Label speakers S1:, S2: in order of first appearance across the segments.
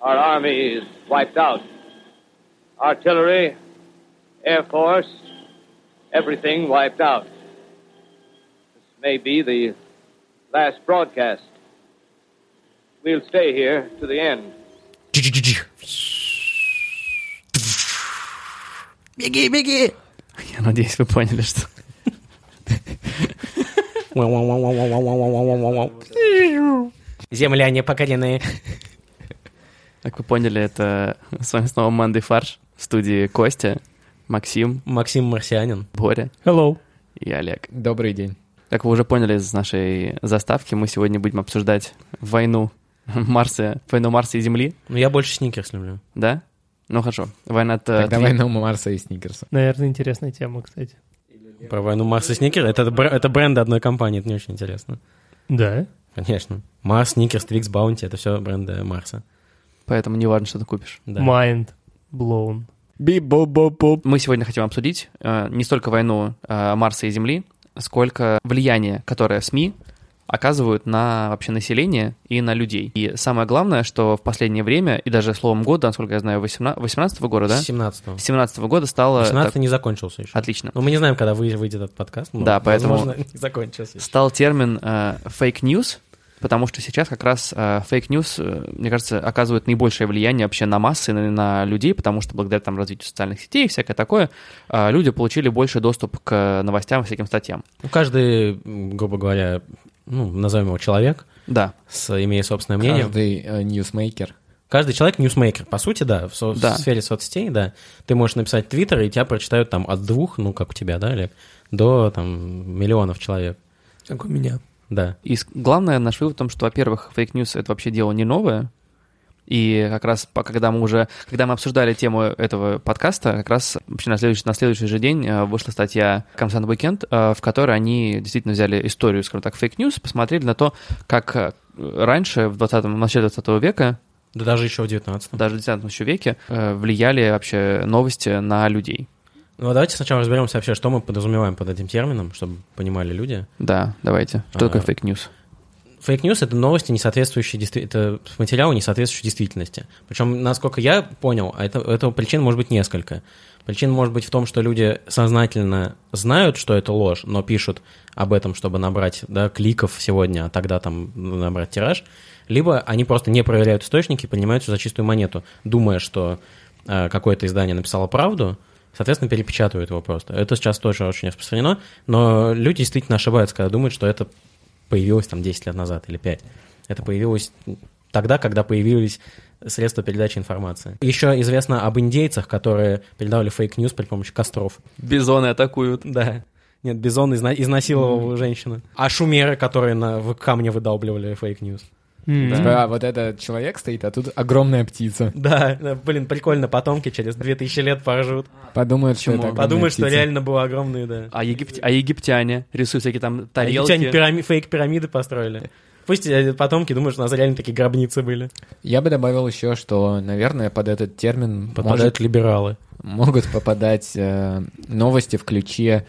S1: Our army is wiped out. Artillery, Air Force, everything wiped out. This may be the last broadcast. We'll stay here to the end.
S2: Беги, беги!
S3: Я надеюсь, вы поняли, что...
S2: Земляне покоренные.
S3: Как вы поняли, это с вами снова Манды Фарш в студии Костя, Максим,
S2: Максим Марсианин.
S3: Боря
S4: Hello.
S3: и Олег.
S5: Добрый день.
S3: Как вы уже поняли из нашей заставки, мы сегодня будем обсуждать войну Марса, войну Марса и Земли,
S2: Ну, я больше сникерс люблю.
S3: да? Ну хорошо, война...
S5: Тогда война Марса и Сникерса.
S4: Наверное, интересная тема, кстати.
S2: Про войну Марса и сникерс. Это, бр- это бренды одной компании, это не очень интересно.
S4: Да.
S2: Конечно. Марс, сникерс, твикс, баунти, это все бренды Марса.
S3: Поэтому не важно, что ты купишь.
S2: Да.
S4: Mind blown.
S5: би бо бо бо
S3: Мы сегодня хотим обсудить э, не столько войну э, Марса и Земли, сколько влияние, которое СМИ оказывают на вообще население и на людей. И самое главное, что в последнее время, и даже словом года, насколько я знаю, 18, 18 года, да?
S2: 17-го.
S3: 17 года стало...
S2: 17
S3: так-
S2: не закончился еще.
S3: отлично.
S2: Ну, мы не знаем, когда вы- выйдет этот подкаст. но,
S3: Да, поэтому-
S2: Возможно, не закончился. еще.
S3: Стал термин фейк news, потому что сейчас как раз фейк news, э, мне кажется, оказывает наибольшее влияние вообще на массы, на, на людей, потому что благодаря там развитию социальных сетей и всякое такое, э, люди получили больше доступ к новостям и всяким статьям.
S2: Ну, каждый, м, грубо говоря, ну, назовем его человек,
S3: Да,
S2: с, имея собственное мнение.
S5: Каждый э, ньюсмейкер.
S2: Каждый человек ньюсмейкер, по сути, да, в, со- в
S3: Да.
S2: сфере соцсетей, да. Ты можешь написать твиттер, и тебя прочитают там от двух, ну, как у тебя, да, Олег, до там миллионов человек.
S4: Как у меня.
S2: Да.
S3: И с- главное наш вывод в том, что, во-первых, фейк-ньюс — это вообще дело не новое, и как раз, по- когда мы уже, когда мы обсуждали тему этого подкаста, как раз вообще на следующий, на следующий же день э, вышла статья «Комсан Уикенд», э, в которой они действительно взяли историю, скажем так, фейк-ньюс, посмотрели на то, как э, раньше, в 20 в начале 20 века,
S2: Да даже еще в 19
S3: даже в 19 еще веке, э, влияли вообще новости на людей.
S2: Ну, а давайте сначала разберемся вообще, что мы подразумеваем под этим термином, чтобы понимали люди.
S3: Да, давайте. Что
S2: А.
S3: такое фейк-ньюс?
S2: Фейк-ньюс — это новости, не соответствующие действи- это материалы, не соответствующие действительности. Причем, насколько я понял, а это, этого причин может быть несколько. Причин может быть в том, что люди сознательно знают, что это ложь, но пишут об этом, чтобы набрать да, кликов сегодня, а тогда там набрать тираж. Либо они просто не проверяют источники и принимают всё за чистую монету, думая, что э, какое-то издание написало правду, соответственно, перепечатывают его просто. Это сейчас тоже очень распространено, но люди действительно ошибаются, когда думают, что это появилось там 10 лет назад или 5. Это появилось тогда, когда появились средства передачи информации. Еще известно об индейцах, которые передавали фейк-ньюс при помощи костров.
S3: Бизоны атакуют.
S2: Да. Нет, Бизон изна- изнасиловал женщину. А шумеры, которые на в камне выдалбливали фейк-ньюс.
S5: Типа, а, вот этот человек стоит, а тут огромная птица.
S2: Да, да, блин, прикольно, потомки через 2000 лет поржут.
S5: Подумает, что
S3: Почему?
S5: это огромная
S2: Подумают, что
S5: птица.
S2: реально было огромные, да.
S3: А, египт- а египтяне рисуют всякие там тарелки.
S2: Египтяне пирами- фейк-пирамиды построили. Пусть э, потомки думают, что у нас реально такие гробницы были.
S5: Я бы добавил еще, что, наверное, под этот термин может-
S2: Попадают либералы.
S5: могут попадать э, новости в ключе,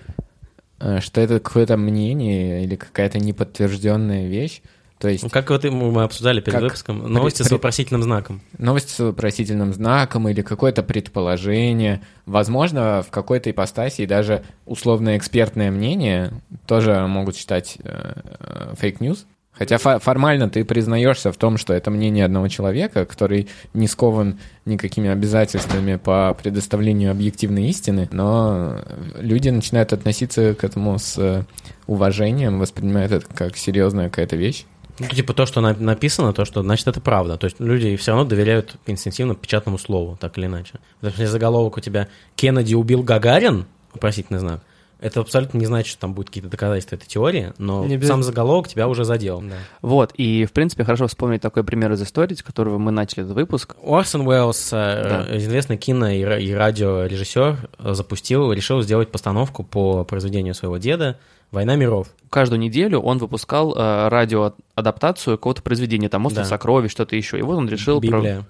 S5: э, что это какое-то мнение или какая-то неподтвержденная вещь. То есть
S2: Ну, Как вот и мы мы обсуждали перед
S5: Как
S2: выпуском,
S5: при-
S2: новости с
S5: при-
S2: вопросительным знаком.
S5: новость с вопросительным знаком или какое-то предположение. Возможно, в какой-то ипостаси даже условно-экспертное мнение тоже могут считать э, фейк-ньюс. Хотя фо- формально ты признаешься в том, что это мнение одного человека, который не скован никакими обязательствами по предоставлению объективной истины, но люди начинают относиться к этому с э, уважением, воспринимают это как серьезная какая-то вещь.
S2: Ну, типа то, что на- написано, то, что значит это правда. То есть люди все равно доверяют инстинктивно печатному слову, так или иначе. Потому что если заголовок у тебя «Кеннеди убил Гагарин», вопросительный знак, это абсолютно не значит, что там будут какие-то доказательства этой теории, но
S4: Не
S2: сам
S4: обязательно.
S2: заголовок тебя уже задел.
S3: Вот, и, в принципе, хорошо вспомнить такой пример из истории, с которого мы начали этот выпуск.
S2: Орсон Уэллс, э, известный кино и, ра- и радиорежиссер, э, запустил, решил сделать постановку по произведению своего деда «Война миров».
S3: Каждую неделю он выпускал э, радиоадаптацию какого-то произведения, там «Остров
S2: Да.
S3: сокровищ», что-то еще. И вот он решил... про-
S2: Библия.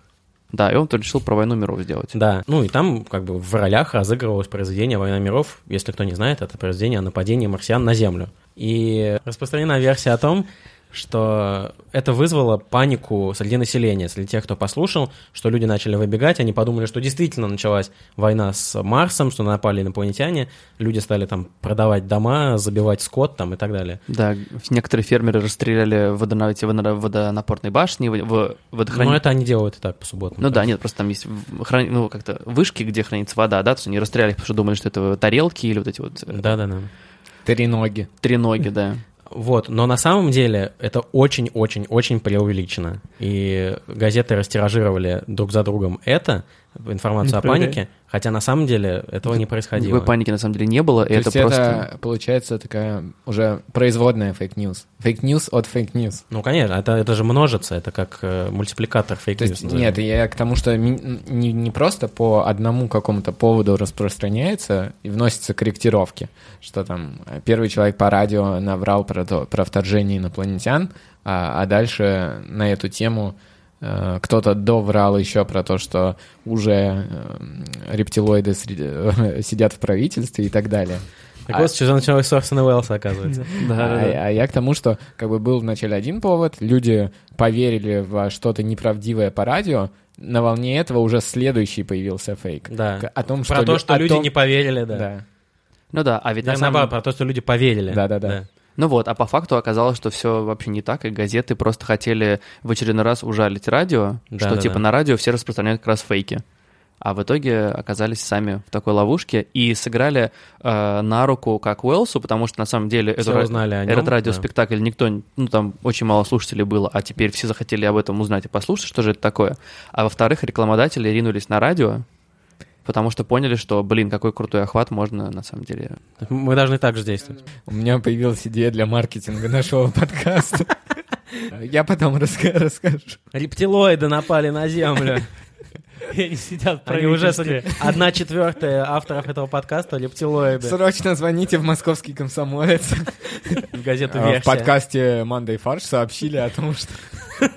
S3: Да, и он решил про «Войну миров» сделать.
S2: Да, ну и там как бы в ролях разыгрывалось произведение «Война миров». Если кто не знает, это произведение о нападении марсиан на Землю. И распространена версия о том, что это вызвало панику среди населения, среди тех, кто послушал, что люди начали выбегать, они подумали, что действительно началась война с Марсом, что напали инопланетяне, люди стали там продавать дома, забивать скот там и так далее.
S3: Да, некоторые фермеры расстреляли водона- эти водона- водонапорные башни, в- в- водохрани-
S2: Но Ну, это они делают и так по субботам.
S3: Ну да,
S2: Так.
S3: нет, просто там есть в- храни- ну, как-то вышки, где хранится вода, да, то есть они расстреляли, потому что думали, что это тарелки или вот эти вот э,
S2: Да-да-да.
S5: Треноги.
S3: треноги, да.
S2: Вот, но на самом деле это очень-очень-очень преувеличено. И газеты растиражировали друг за другом это, информацию о
S4: Не проверяй.
S2: панике, хотя на самом деле этого не происходило.
S3: Никакой паники на самом деле не было, и
S5: То
S3: это
S5: есть
S3: просто...
S5: это, получается, такая уже производная фейк-ньюс. Фейк-ньюс от фейк-ньюс.
S2: Ну, конечно, это, это же множится, это как э, мультипликатор фейк
S5: То есть, нет, я к тому, что ми- не, не просто по одному какому-то поводу распространяется и вносятся корректировки, что там э, первый человек по радио наврал про, то- про вторжение инопланетян, а, а дальше на эту тему э, кто-то доврал еще про то, что уже э, рептилоиды среди- сидят в правительстве и так далее.
S2: Так вот, с чего началось, собственно, Уэллса, оказывается.
S5: А,
S3: Да-да-да.
S5: а я к тому, что как бы был вначале один повод, люди поверили во что-то неправдивое по радио, на волне этого уже следующий появился фейк.
S2: Да.
S5: К- О том, что
S2: Про то,
S5: лю-
S2: что
S5: о
S2: люди
S5: том-
S2: не поверили, да.
S5: Да.
S3: Ну да, а ведь на
S2: Вернее,
S3: самом
S2: наоборот, про то, что люди поверили.
S5: Да-да-да.
S3: Ну вот, а по факту оказалось, что все вообще не так, и газеты просто хотели в очередной раз ужалить радио,
S2: Да,
S3: что
S2: да,
S3: типа
S2: да.
S3: на радио все распространяют как раз фейки. А в итоге оказались сами в такой ловушке и сыграли э, на руку как Уэлсу, потому что на самом деле
S2: Все
S3: эту ра-
S2: узнали о нем.
S3: этот
S2: да.
S3: радиоспектакль никто, не- ну там очень мало слушателей было, а теперь все захотели об этом узнать и послушать, что же это такое. А во-вторых, рекламодатели ринулись на радио, потому что поняли, что, блин, какой крутой охват можно на самом деле
S2: Мы должны так же действовать.
S5: У меня появилась идея для маркетинга нашего подкаста. Я потом раска- расскажу.
S2: Рептилоиды напали на Землю.
S4: И Они сидят в
S2: Они уже...
S4: правительстве.
S2: среди- Одна четвертая авторов этого подкаста — рептилоиды.
S5: Срочно звоните в московский комсомолец.
S2: А,
S5: А,
S2: В газету
S5: В
S2: «Версия».
S5: подкасте «Мандай фарш» сообщили о том, что...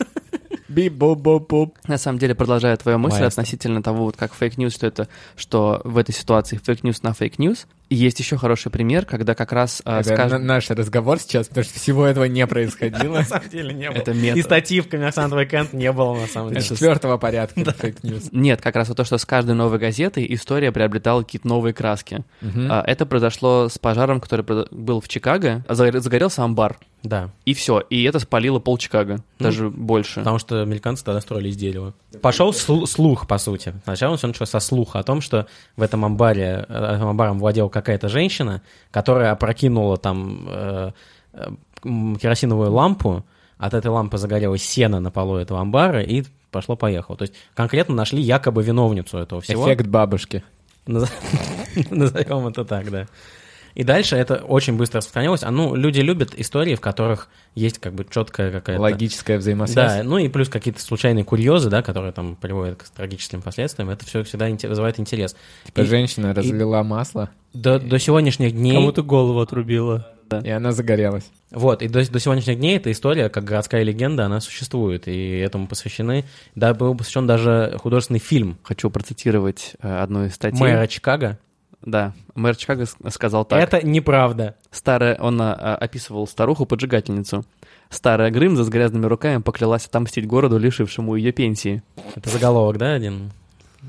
S5: би бу бу бу
S3: На самом деле, продолжая твою мысль
S2: Маэстро.
S3: относительно того, вот как фейк-ньюс, что это, что в этой ситуации фейк-ньюс на фейк-ньюс, есть еще хороший пример, когда как раз
S2: А,
S3: э,
S5: Это
S3: скаж-
S5: на- наш разговор сейчас, потому что всего этого не происходило.
S2: На самом деле не было.
S3: Это мета.
S2: И статьи в «Коммерсант Weekend не было, на самом деле.
S5: Четвертого порядка фейк-ньюс.
S3: Нет, как раз вот то, что с каждой новой газетой история приобретала какие-то новые краски. А, это произошло с пожаром, который прода- был в Чикаго. Загор- Загорелся амбар.
S2: Да,
S3: И все. И это спалило пол Чикаго. Даже больше.
S2: потому что американцы тогда строили из дерева. Пошел слу- слух, по сути. Сначала все началось со слуха о том, что в этом амбаре, э, этим амбаром владела какая-то женщина, которая опрокинула там э, э, м, керосиновую лампу, от этой лампы загорелось сено на полу этого амбара, и пошло-поехало. То есть конкретно нашли якобы виновницу этого всего.
S5: Эффект бабушки.
S2: Назовем это так, да. И дальше это очень быстро распространилось. А ну, люди любят истории, в которых есть как бы четкая какая-то...
S5: Логическая
S2: Да,
S5: взаимосвязь.
S2: ну и плюс какие-то случайные курьезы, да, которые там приводят к трагическим последствиям. Это все всегда инте- вызывает интерес.
S5: Типа
S2: И
S5: женщина разлила масло,
S2: до, до сегодняшних дней...
S4: Кому-то голову отрубило.
S5: и она загорелась.
S2: Вот, и до, до сегодняшних дней эта история, как городская легенда, она существует. И этому посвящены... Да, был посвящен даже художественный фильм
S3: Хочу процитировать э, одну из статей.
S2: мэра Чикаго.
S3: Да. Мэр Чикаго с- сказал так.
S2: Это неправда.
S3: Старая, он а, описывал старуху-поджигательницу. Старая Грымза с грязными руками поклялась отомстить городу, лишившему ее пенсии.
S2: Это заголовок, да, один?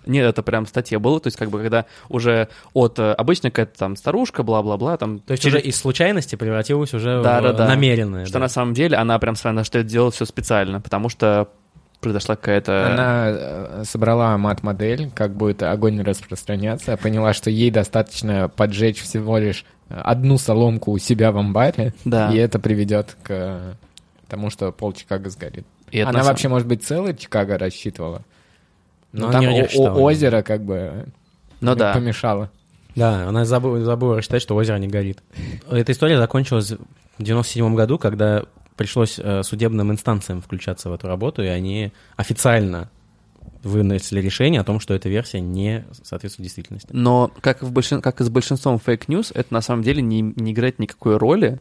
S3: Нет, это прям в статье было, то есть как бы когда уже от... э, Обычно какая-то там старушка, бла-бла-бла, там...
S2: То есть
S3: через-
S2: уже из случайности превратилось уже в
S3: Да-да-да.
S2: намеренное.
S3: Что
S2: да.
S3: на самом деле она прям странно, что это делала все специально, потому что произошла какая-то...
S5: Она э, собрала мат-модель, как будет огонь распространяться, поняла, что ей достаточно поджечь всего лишь э, одну соломку у себя в амбаре,
S3: Да.
S5: и это приведет к э, тому, что пол Чикаго сгорит.
S3: И это
S5: она
S3: на самом-
S5: вообще, может быть, целый Чикаго рассчитывала, но,
S2: Но
S5: там
S2: не
S5: о-
S2: рассчитывала,
S5: о-
S2: да.
S5: озеро как бы э,
S3: Ну да.
S5: помешало.
S2: Да, она забыла, забыла рассчитать, что озеро не горит. Эта история закончилась в 97 году, когда пришлось э, судебным инстанциям включаться в эту работу, и они официально вынесли решение о том, что эта версия не соответствует действительности.
S3: Но как, в большин... как и с большинством фейк-ньюс, это на самом деле не, не играет никакой роли,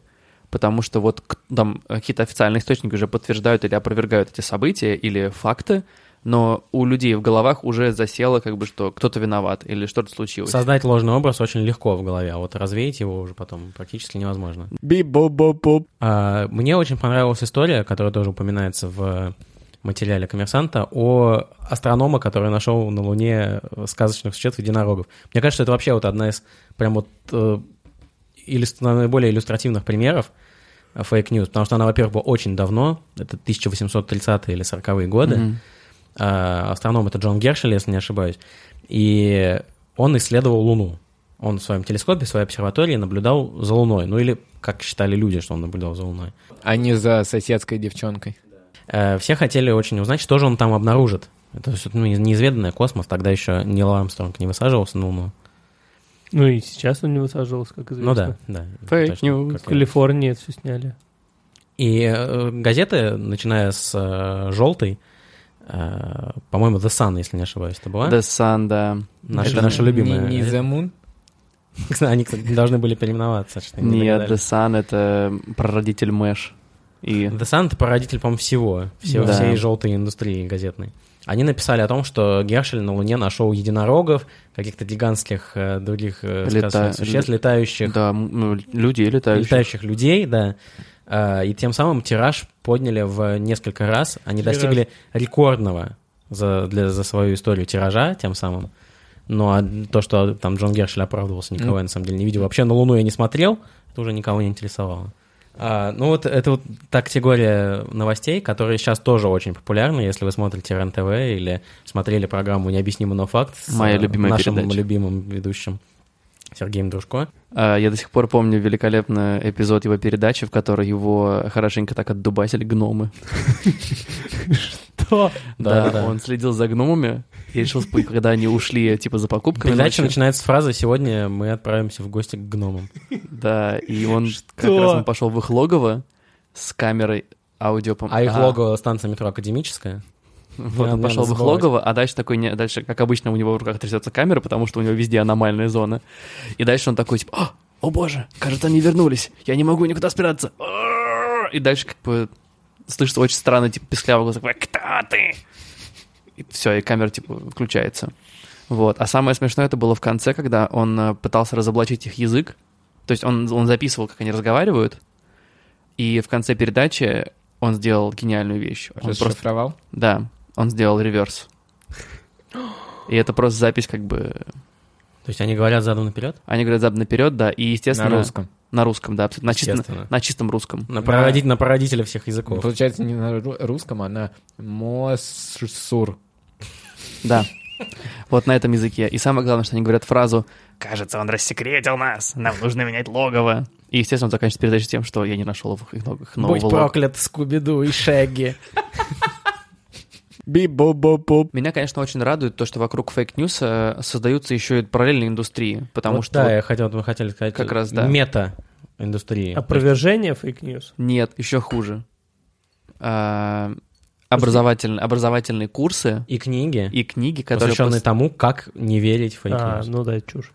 S3: потому что вот к- там э, какие-то официальные источники уже подтверждают или опровергают эти события или факты, но у людей в головах уже засело, как бы, что кто-то виноват или что-то случилось.
S2: Создать ложный образ очень легко в голове, а вот развеять его уже потом практически невозможно.
S5: би бо бо бо
S2: А, Мне очень понравилась история, которая тоже упоминается в материале коммерсанта о астронома, который нашел на Луне сказочных существ единорогов. Мне кажется, это вообще вот одна из прям вот э, иллюс- наиболее иллюстративных примеров фейк-ньюс, потому что она, во-первых, была очень давно, это 1830-е или 40-е годы,
S3: Мгм.
S2: а, астроном это Джон Гершель, если не ошибаюсь, и он исследовал Луну. Он в своем телескопе, в своей обсерватории наблюдал за Луной, ну или как считали люди, что он наблюдал за Луной.
S5: А не за соседской девчонкой.
S2: Э, Все хотели очень узнать, что же он там обнаружит. Это всё, ну, неизведанное космос, тогда еще Нил Армстронг не высаживался на Луну.
S4: Ну и сейчас он не высаживался, как известно.
S2: Ну да, да.
S3: Fake
S2: точно,
S3: news.
S2: как
S4: В
S2: я-
S4: Калифорнии это все сняли.
S2: И э, газеты, начиная с желтой, по-моему, The Sun, если не ошибаюсь, это была.
S3: The Sun, да.
S2: Наша,
S3: Это
S2: наша любимая.
S5: Не, не The Moon?
S2: Кстати, Они, кстати, должны были переименоваться. что они
S3: Нет, The
S2: догадались.
S3: Sun — это прародитель Мэш. И
S2: The Sun — это породитель, по-моему, всего. всего
S3: Да.
S2: Всей желтой индустрии газетной. Они написали о том, что Гершель на Луне нашел единорогов, каких-то гигантских э, других э,
S3: Лета-
S2: сказочных существ, летающих,
S3: да, м- ну, люди и летающие.
S2: летающих людей, да. Э, И тем самым тираж подняли в несколько раз. Они
S4: Тираж.
S2: достигли рекордного за, для, за свою историю тиража тем самым. Ну, а то, что там Джон Гершель оправдывался, никого я на самом деле не видел. Вообще на Луну я не смотрел, это уже никого не интересовало. А, ну, вот это вот та категория новостей, которые сейчас тоже очень популярны, если вы смотрите РЕН-ТВ или смотрели программу «Необъяснимо, но факт» с
S3: Моя
S2: э,
S3: любимая
S2: нашим
S3: передача.
S2: любимым ведущим Сергеем Дружко.
S3: А, Я до сих пор помню великолепный эпизод его передачи, в которой его хорошенько так отдубасили гномы.
S4: То
S2: Да,
S3: Да,
S2: да.
S3: он следил за гномами и решил, спу- когда они ушли, типа, за покупками.
S2: Передача
S3: ночью.
S2: начинается с фразы «Сегодня мы отправимся в гости к гномам».
S3: Да, и он как раз он пошел в их логово с камерой аудиопом.
S2: А их лого станция метро «Академическая».
S3: Вот он
S2: Надо
S3: пошел в их
S2: забывать.
S3: логово, а дальше такой, не, дальше, как обычно, у него в руках трясется камера, потому что у него везде аномальная зона. И дальше он такой, типа, «А, о боже, кажется, они вернулись, я не могу никуда спрятаться. А-а-а!» И дальше как бы слышится очень странно, типа, песклявый голос, такой, кто ты? И все, и камера, типа, включается. Вот. А самое смешное это было в конце, когда он э, пытался разоблачить их язык. То есть он, он записывал, как они разговаривают, и в конце передачи он сделал гениальную вещь. Он просто
S5: Расшифровал?
S3: да, он сделал реверс. И это просто запись, как бы.
S2: То есть они говорят задом наперед?
S3: Они говорят зад наперед, да. И естественно.
S5: На русском.
S3: на русском, да, абсолютно. На, чистом-
S2: Естественно.
S3: на чистом русском.
S2: На, прародит- на прародителя всех языков.
S5: Получается, не на ру- русском, а на Мосур.
S3: Да. Вот на этом языке. И самое главное, что они говорят фразу
S6: Кажется, он рассекретил нас. Нам нужно менять логово.
S3: «Логово». И, естественно, он заканчивается передачу тем, что я не нашел их, их новых- их нового
S2: Будь
S3: лога.
S2: проклят, Скуби-Ду и Шегги.
S5: би бо бо бо
S3: Меня, конечно, очень радует то, что вокруг фейк-ньюса создаются еще и параллельные индустрии. Потому
S2: Вот
S3: что
S2: Да,
S3: вот
S2: я хотел, вы хотели сказать.
S3: Как раз, да. А
S2: Мета-индустрии.
S4: опровержение фейк-ньюс.
S3: нет, еще хуже. А, образовательные, образовательные курсы
S2: И книги,
S3: и книги, которые
S2: посвященные
S3: пос-
S2: тому, как не верить в фейк
S4: А, ну да, чушь.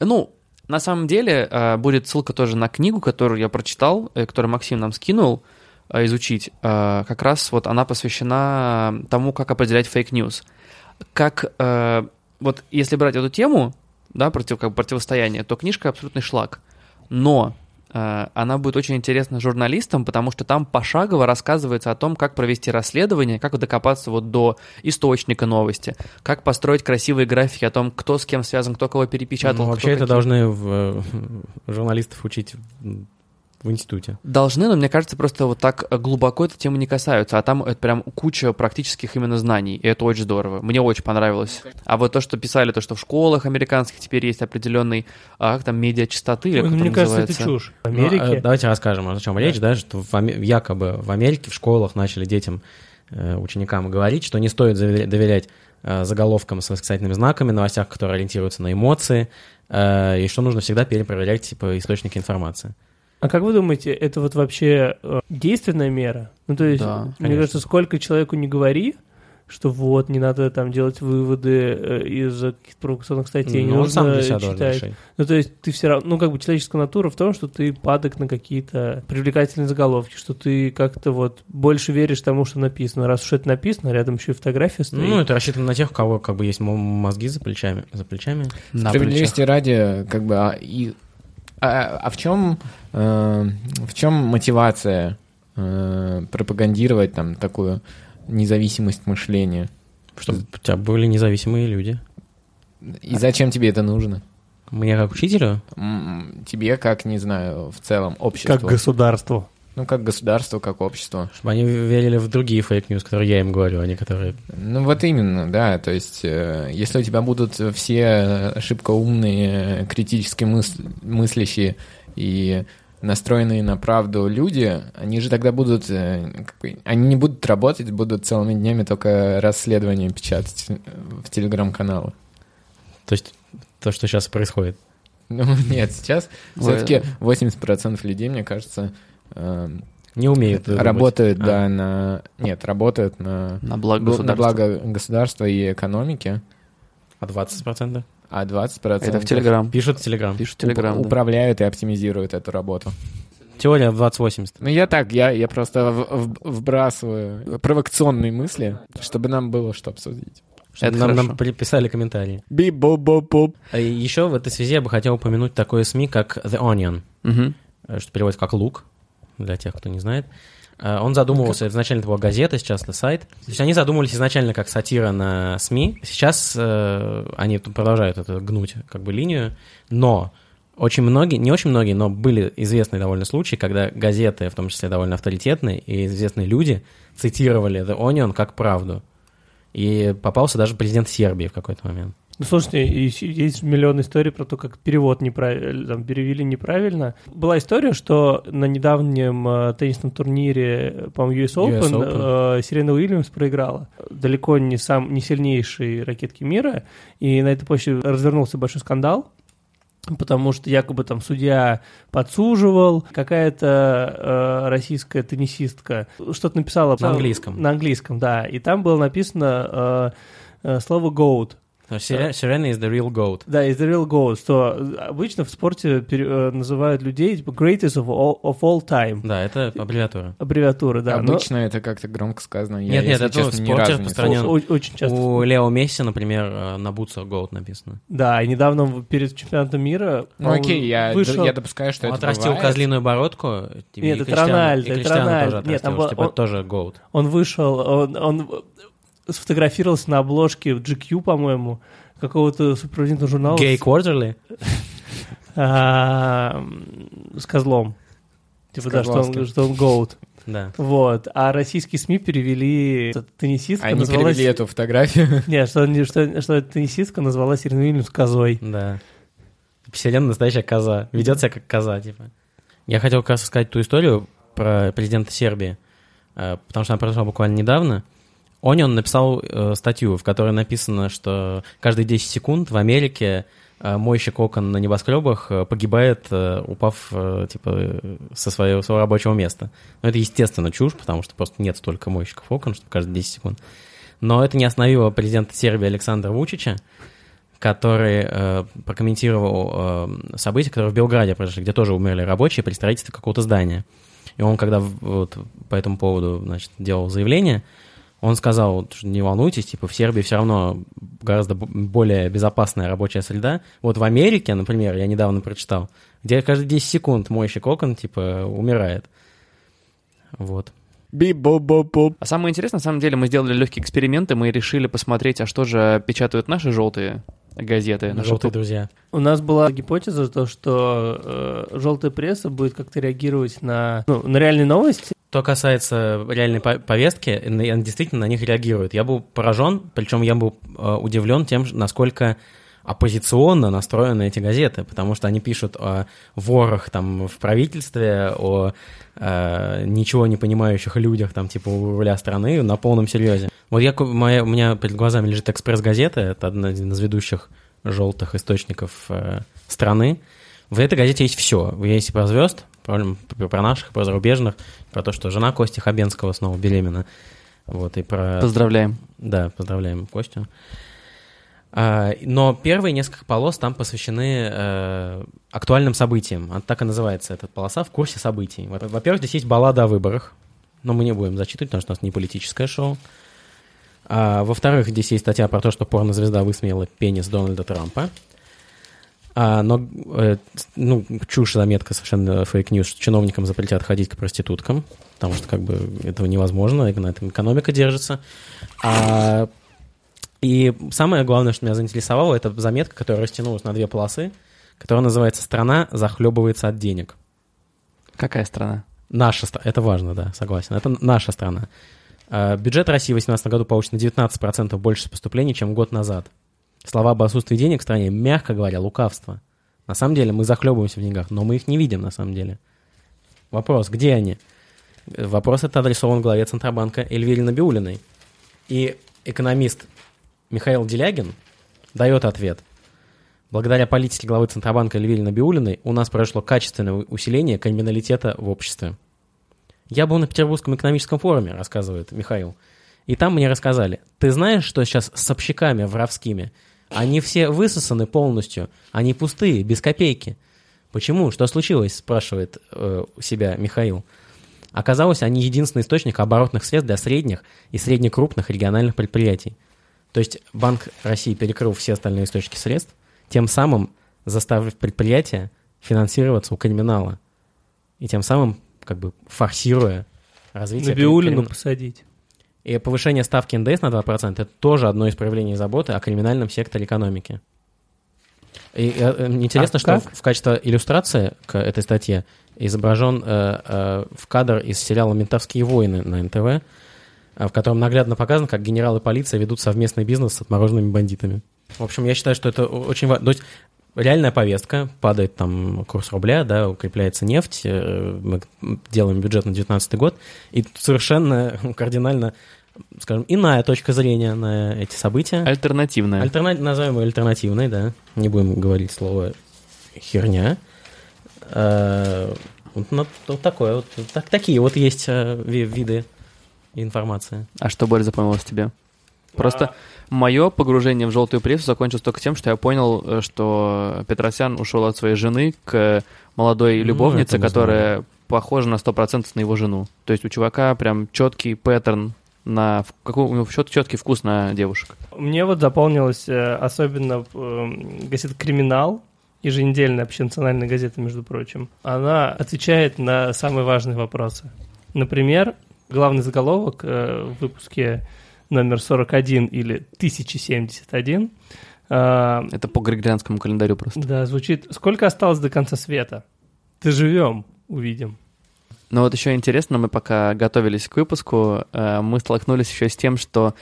S3: Ну, на самом деле, э, будет ссылка тоже на книгу, которую я прочитал, э, которую Максим нам скинул э, изучить. Э, Как раз вот она посвящена тому, как определять фейк-ньюс. Как, э, вот если брать эту тему, да, против, как бы противостояние, то книжка абсолютный шлак. Но э, она будет очень интересна журналистам, потому что там пошагово рассказывается о том, как провести расследование, как докопаться вот до источника новости, как построить красивые графики о том, кто с кем связан, кто кого перепечатал.
S2: Ну,
S3: кто
S2: вообще это
S3: какие-
S2: должны в, э, журналистов учить в в институте.
S3: Должны, но мне кажется, просто вот так глубоко эта тема не касаются, а там это прям куча практических именно знаний, и это очень здорово. Мне очень понравилось. А вот то, что писали, то, что в школах американских теперь есть определенный, а, как там, медиа чистоты, или
S4: Ой,
S3: как
S4: ну,
S3: это
S4: мне кажется, это
S3: называется?
S4: чушь. В
S2: Ну,
S4: Америке
S2: э, давайте расскажем, о чем речь, да, что в Аме- якобы в Америке в школах начали детям, э, ученикам говорить, что не стоит заве- доверять э, заголовкам с восклицательными знаками, новостях, которые ориентируются на эмоции, э, и что нужно всегда перепроверять, типа, источники информации.
S4: А как вы думаете, это вот вообще э, действенная мера? Ну, то есть,
S3: Да,
S4: мне
S2: конечно.
S4: кажется, сколько человеку не говори, что вот, не надо там делать выводы э, из каких-то провокационных статей, не
S2: Ну, он сам
S4: нужно
S2: для себя должен
S4: читать.
S2: решить.
S4: Ну, то есть ты все равно, ну, как бы человеческая натура в том, что ты падок на какие-то привлекательные заголовки, что ты как-то вот больше веришь тому, что написано. Раз уж это написано, рядом еще и фотография стоит.
S2: Ну, это рассчитано на тех, у кого как бы есть мо- мозги за плечами. За плечами.
S3: На
S5: Справедливости ради, как бы, а, и, а, а в чем э, в чем мотивация э, пропагандировать там такую независимость мышления?
S2: Чтобы у тебя были независимые люди.
S5: И зачем тебе это нужно?
S2: Мне как учителю?
S5: М, Тебе как, не знаю, в целом общество.
S7: Как государство.
S5: Ну, как государство, как общество.
S2: Чтобы они верили в другие фейк-ньюс, которые я им говорю, а не которые...
S5: Ну, вот именно, да. То есть, э, если у тебя будут все шибко умные, э, критически мыс- мыслящие и настроенные на правду люди, они же тогда будут... э, как бы- Они не будут работать, будут целыми днями только расследования печатать э, в телеграм-каналы.
S2: То есть то, что сейчас происходит.
S5: Ну, нет, сейчас
S3: Ой.
S5: все-таки 80% людей, мне кажется, э,
S2: Не умеют. думать.
S5: работают,
S2: А.
S5: да, на... Нет, работают на...
S3: На благо
S5: На
S3: государства.
S5: благо государства и экономики,
S2: А 20%
S5: а 20%
S3: Это в Телеграм.
S2: пишут в Телеграм.
S3: Пишут в Телеграм. да.
S5: управляют и оптимизируют эту работу.
S2: Теория в 2080.
S5: Ну, я так, я, я просто в- в- вбрасываю провокационные мысли, чтобы нам было что обсудить.
S2: Чтобы
S3: Это
S2: нам, нам
S3: хорошо.
S2: приписали комментарии.
S5: би бо бо бо
S2: А Еще в этой связи я бы хотел упомянуть такое СМИ, как The Onion.
S3: Мгм.
S2: э, что переводится как лук, для тех, кто не знает. Э, Он задумывался, изначально это была газета, сейчас это сайт. То есть они задумывались изначально как сатира на СМИ. Сейчас э, они тут продолжают это гнуть как бы линию, но очень многие, не очень многие, но были известные довольно случаи, когда газеты, в том числе довольно авторитетные и известные люди, цитировали The Onion как правду. И попался даже президент Сербии в какой-то момент.
S4: Ну, слушайте, и с- есть миллион историй про то, как перевод неправильно, там, перевели неправильно. Была история, что на недавнем э, теннисном турнире, э, по-моему, US
S2: US
S4: Open,
S2: Open.
S4: э, Серена Уильямс проиграла. Далеко не, сам, не сильнейшей ракетки мира, и на этой почве развернулся большой скандал, потому что якобы там судья подсуживал, какая-то э, российская теннисистка что-то написала.
S2: На английском.
S4: На английском, да. И там было написано э, э, слово «goat».
S2: То есть Сирена Сирена is the real goat.
S4: Да, is the real goat, что обычно в спорте пере- э, называют людей типа greatest of all, of all time.
S2: Да, это аббревиатура.
S4: Аббревиатура, да. но
S5: Обычно это как-то громко сказано.
S2: Нет,
S5: Я,
S2: нет,
S5: если
S2: это в
S5: честно, ни
S2: спорте
S5: разу не
S2: распространено.
S4: о- о- очень часто.
S2: У Лео Месси, например, э, на бутсах Goat написано.
S4: Да, и недавно в- перед чемпионатом мира
S5: слышал. Ну, окей, я,
S4: вышел...
S5: я допускаю, что
S2: Он
S5: это
S2: отрастил
S5: бывает.
S2: козлиную бородку. и
S4: Нет, это
S2: Криштиану-
S4: Рональдо,
S2: и
S4: это
S2: Криштиану
S4: Рональдо.
S2: тоже
S4: Нет,
S2: отрастил,
S4: там был-
S2: типа,
S4: он-
S2: это тоже Goat.
S4: Он вышел, он, он сфотографировался на обложке в GQ, по-моему, какого-то супервизитного журнала.
S2: Гей Quarterly?
S4: А, м, с козлом. Типа, да, что он,
S5: Козловским.
S4: что он goat.
S2: Да.
S4: Вот. А российские СМИ перевели теннисистка.
S5: Они
S4: назвалась-
S5: перевели эту фотографию.
S4: Нет, что, не- что, что эта теннисистка назвала Сирену Уильямс козой.
S2: Да. Сирена настоящая коза. Ведет себя как коза, типа. Я хотел как раз рассказать ту историю про президента Сербии, э, потому что она произошла буквально недавно. Он, он написал э, статью, в которой написано, что каждые 10 секунд в Америке э, мойщик окон на небоскребах э, погибает, э, упав э, типа э, со своего, своего рабочего места. Но это, естественно, чушь, потому что просто нет столько мойщиков окон, чтобы каждые 10 секунд. Но это не остановило президента Сербии Александра Вучича, который э, прокомментировал э, события, которые в Белграде произошли, где тоже умерли рабочие при строительстве какого-то здания. И он, когда в- вот, по этому поводу значит, делал заявление, он сказал, что не волнуйтесь, типа в Сербии все равно гораздо бо- более безопасная рабочая среда. Вот в Америке, например, я недавно прочитал, где каждые 10 секунд мойщик окон, типа, умирает. Вот.
S5: би бо бо бо
S3: А самое интересное, на самом деле, мы сделали легкие эксперименты, мы решили посмотреть, а что же печатают наши желтые газеты. наши
S2: Желтые
S3: пу-
S2: друзья.
S4: У нас была гипотеза, то, что э, желтая пресса будет как-то реагировать на, ну, на реальные новости.
S2: Что касается реальной по- повестки, на- она действительно на них реагирует. Я был поражен, причем я был э, удивлен тем, ж- насколько оппозиционно настроены эти газеты, потому что они пишут о ворах там в правительстве, о э, ничего не понимающих людях там типа у руля страны на полном серьезе. Вот я, ку- моя, у меня перед глазами лежит «Экспресс-газета», это одна из ведущих желтых источников э, страны, в этой газете есть все. Есть и про звезд, про, про наших, про зарубежных, про то, что жена Кости Хабенского снова беременна. Вот, и про...
S3: Поздравляем.
S2: Да, поздравляем Костю. А, Но первые несколько полос там посвящены э, актуальным событиям. А Так и называется эта полоса в курсе событий. Во- Во-первых, здесь есть баллада о выборах, но мы не будем зачитывать, потому что у нас не политическое шоу. А, во-вторых, здесь есть статья про то, что порнозвезда высмеяла пенис Дональда Трампа. А, но, э, с- ну, чушь заметка совершенно фейк-ньюс, что чиновникам запретят ходить к проституткам, потому что, как бы, этого невозможно, и на этом экономика держится. А, и самое главное, что меня заинтересовало, это заметка, которая растянулась на две полосы, которая называется «Страна захлебывается от денег».
S3: Какая страна?
S2: Наша страна, это важно, да, согласен, это наша страна. А, Бюджет России в 2018 году получит на 19% больше поступлений, чем год назад. Слова об отсутствии денег в стране, мягко говоря, лукавство. На самом деле мы захлебываемся в деньгах, но мы их не видим на самом деле. Вопрос, где они? Э, Вопрос это адресован главе Центробанка Эльвире Набиулиной. И экономист Михаил Делягин дает ответ. Благодаря политике главы Центробанка Эльвире Набиулиной у нас произошло качественное у- усиление криминалитета в обществе. Я был на Петербургском экономическом форуме, рассказывает Михаил. И там мне рассказали, ты знаешь, что сейчас с общаками воровскими? Они все высосаны полностью, они пустые, без копейки. Почему? Что случилось? спрашивает э, у себя Михаил. Оказалось, они единственный источник оборотных средств для средних и среднекрупных региональных предприятий. То есть Банк России перекрыл все остальные источники средств, тем самым заставив предприятия финансироваться у криминала. И тем самым как бы форсируя развитие...
S4: Набиулину
S2: крим-
S4: посадить.
S2: и повышение ставки НДС на 2% это тоже одно из проявлений заботы о криминальном секторе экономики. И э, э, мне интересно,
S4: А
S2: что
S4: как?
S2: в, в качестве иллюстрации к этой статье изображен э, э, в кадр из сериала «Ментовские войны» на НТВ, э, в котором наглядно показано, как генералы полиции ведут совместный бизнес с отмороженными бандитами. В общем, я считаю, что это о- очень важно. То есть реальная повестка, падает там курс рубля, да, укрепляется нефть, э, мы делаем бюджет на 2019 год, и тут совершенно кардинально, скажем, иная точка зрения на эти события.
S3: Альтернативная.
S2: Альтерна- Назовем ее альтернативной, да. Не будем говорить слово херня. Э, Вот, на- вот такое вот, так, такие вот есть э, ви- виды информации.
S3: А что более запомнилось тебе? Просто мое погружение в желтую прессу закончилось только тем, что я понял, э, что Петросян ушел от своей жены к молодой
S2: Ну,
S3: любовнице,
S2: это мы
S3: которая похожа на 100% на его жену. То есть у чувака прям четкий паттерн на... в- Какой у него четкий вкус на девушек.
S4: Мне вот запомнилось э, особенно эм, газета «Криминал», еженедельная общенациональная газета, между прочим. Она отвечает на самые важные вопросы. Например, главный заголовок э, в выпуске номер 41 или 1071 э,
S3: Это по григорианскому календарю просто.
S4: да, звучит «Сколько осталось до конца света?» «Доживем, увидим».
S3: Но вот еще интересно, мы пока готовились к выпуску, э, мы столкнулись еще с тем, что,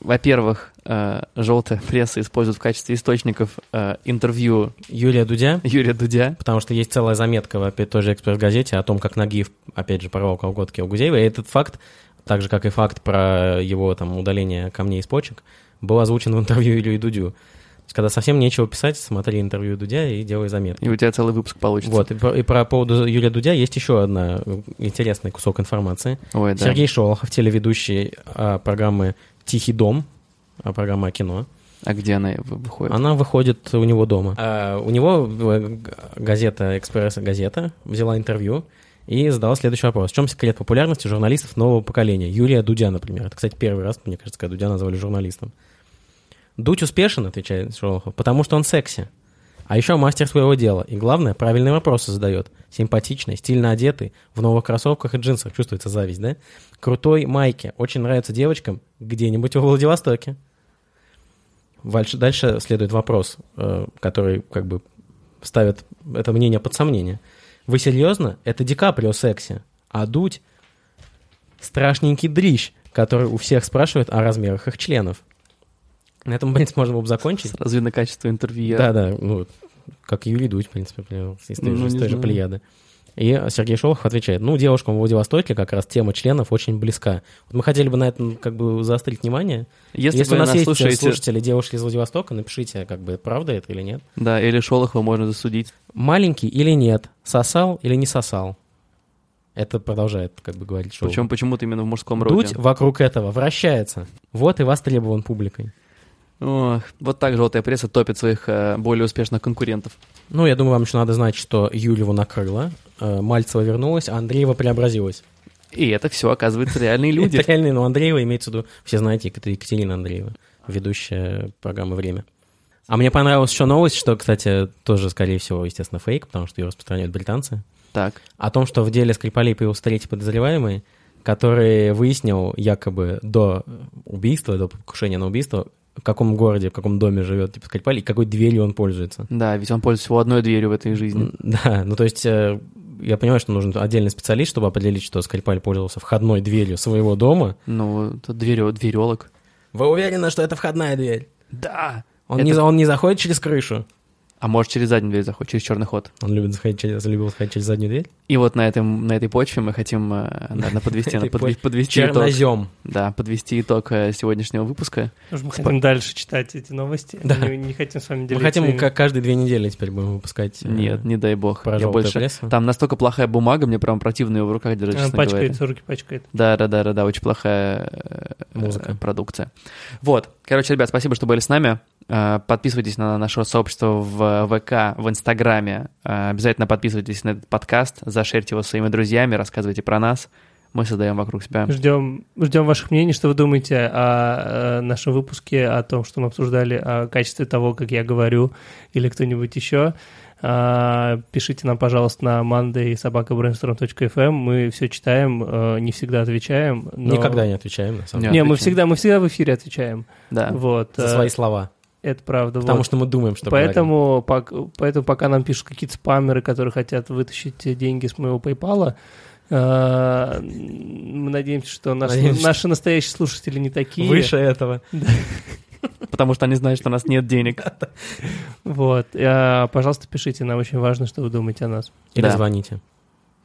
S3: во-первых, э, желтая пресса использует в качестве источников э, интервью
S2: Юлия Дудя,
S3: Юрия Дудя.
S2: потому что есть целая заметка в опять той же «Экспресс-газете» о том, как Нагиев, опять же, порвал колготки у Гузеева. И этот факт, так же, как и факт про его там удаление камней из почек, был озвучен в интервью Юлии Дудю. То есть, когда совсем нечего писать, смотри интервью Дудя и делай заметки.
S3: И у тебя целый выпуск получится.
S2: Вот, и про, и про поводу Юрия Дудя есть еще одна э, интересный кусок информации.
S3: Ой, да.
S2: Сергей Шолохов, телеведущий а, программы «Тихий дом», а, программа о кино.
S3: А где она в- выходит?
S2: Она выходит у него дома. А, у него э, г- газета «Экспресс-газета» взяла интервью и задала следующий вопрос. В чем секрет популярности журналистов нового поколения? Юлия Дудя, например. Это, кстати, первый раз, мне кажется, когда Дудя назвали журналистом. Дудь успешен, отвечает Шолохов, потому что он секси. А еще мастер своего дела. И главное, правильные вопросы задает. Симпатичный, стильно одетый, в новых кроссовках и джинсах. Чувствуется зависть, да? Крутой майке. Очень нравится девочкам где-нибудь во Владивостоке. Дальше, дальше следует вопрос, э, который как бы ставит это мнение под сомнение. Вы серьезно? Это Ди Каприо секси, а Дудь – страшненький дрищ, который у всех спрашивает о размерах их членов. На этом, в принципе, можно было бы закончить.
S3: Сразу видно качество интервью.
S2: Да-да, ну, как Юрий Дудь, в принципе, прям из той,
S3: Ну,
S2: же, из
S3: не
S2: той же
S3: знаю.
S2: плеяды. И Сергей Шолохов отвечает, ну, девушкам в Владивостоке как раз тема членов очень близка. Вот мы хотели бы на этом как бы заострить внимание.
S3: Если,
S2: Если,
S3: вы
S2: у нас
S3: нас
S2: есть
S3: слушаете,
S2: слушатели девушки из Владивостока, напишите, как бы, правда это или нет.
S3: да, или Шолохова можно засудить.
S2: Маленький или нет, сосал или не сосал. Это продолжает, как бы говорить, что
S3: Причем почему-то именно в мужском роде.
S2: Дудь вокруг этого вращается. Вот и востребован публикой.
S3: Ох, вот так желтая пресса топит своих э, более успешных конкурентов.
S2: Ну, я думаю, вам еще надо знать, что Юльеву накрыло, э, Мальцева вернулась, а Андреева преобразилась.
S3: И это все, оказывается, реальные люди.
S2: Это реальные, но Андреева имеется в виду, все знаете, это Екатерина Андреева, ведущая программы «Время». А мне понравилась еще новость, что, кстати, тоже, скорее всего, естественно, фейк, потому что ее распространяют британцы,
S3: Так.
S2: о том, что в деле Скрипалей появился третий подозреваемый, который выяснил якобы до э, убийства, до покушения на убийство, в каком городе, в каком доме живет типа Скрипалей, и какой дверью он пользуется.
S3: Да, ведь он пользуется всего одной дверью в этой жизни.
S2: М, Да, ну то есть э, я понимаю, что нужен отдельный специалист, чтобы определить, что Скрипаль пользовался входной дверью своего дома.
S3: Ну, это дверё- дверелок.
S2: Вы уверены, что это входная дверь?
S3: Да.
S2: Он,
S3: Это-
S2: не, за- он не заходит через крышу.
S3: А может, через заднюю дверь заходит, через черный ход.
S2: Он любит заходить через, любил заходить через заднюю дверь.
S3: И вот на, этом, на этой почве мы хотим, э, наверное, подвести,
S2: этой
S3: подве-
S2: почве.
S3: подвести итог.
S2: Чернозем.
S3: Да, подвести итог э, сегодняшнего выпуска.
S4: Потому что мы хотим дальше читать эти новости.
S2: Да.
S4: Мы не хотим с вами
S2: Мы
S4: делиться.
S2: хотим
S4: ими.
S2: как каждые две недели теперь будем выпускать. э,
S3: Нет, не дай бог.
S2: про
S3: Я
S2: желтую
S3: больше...
S2: прессу.
S3: Там настолько плохая бумага, мне прям противно ее в руках держать,
S4: Она
S3: честно говоря.
S4: пачкается, руки пачкает.
S3: Да, да, да, да, да, очень плохая э,
S2: Музыка.
S3: э, продукция. Вот, короче, ребят, спасибо, что были с нами. Э, Подписывайтесь на наше сообщество в ВК, в Инстаграме. Э, Обязательно подписывайтесь на этот подкаст, зашерьте его со своими друзьями, рассказывайте про нас. Мы создаем вокруг себя.
S4: Ждем, ждем ваших мнений, что вы думаете о, э, нашем выпуске, о том, что мы обсуждали, о качестве того, как я говорю, или кто-нибудь еще. А, Пишите нам, пожалуйста, на monday.sobakabrainstorm.fm. эм. Мы все читаем, э, не всегда отвечаем. но-
S2: Никогда не отвечаем, на самом
S3: Не,
S2: деле.
S4: Не, мы
S3: отвечаем.
S4: всегда, мы всегда в эфире отвечаем.
S3: Да.
S4: Вот,
S2: За
S4: э,
S2: свои слова.
S4: это правда.
S2: Потому
S4: вот.
S2: что мы думаем, что говорим.
S4: Поэтому, пок- поэтому пока нам пишут какие-то спамеры, которые хотят вытащить деньги с моего PayPal, э, мы надеемся, что наши,
S2: Надеемся, что-
S4: наши настоящие слушатели не такие.
S2: Выше этого.
S3: Потому что они знают, что у нас нет денег.
S4: Вот. Э, пожалуйста, пишите, нам очень важно, что вы думаете о нас.
S2: Или
S3: Да.
S2: звоните.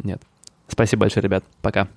S3: Нет. Спасибо большое, ребят. Пока.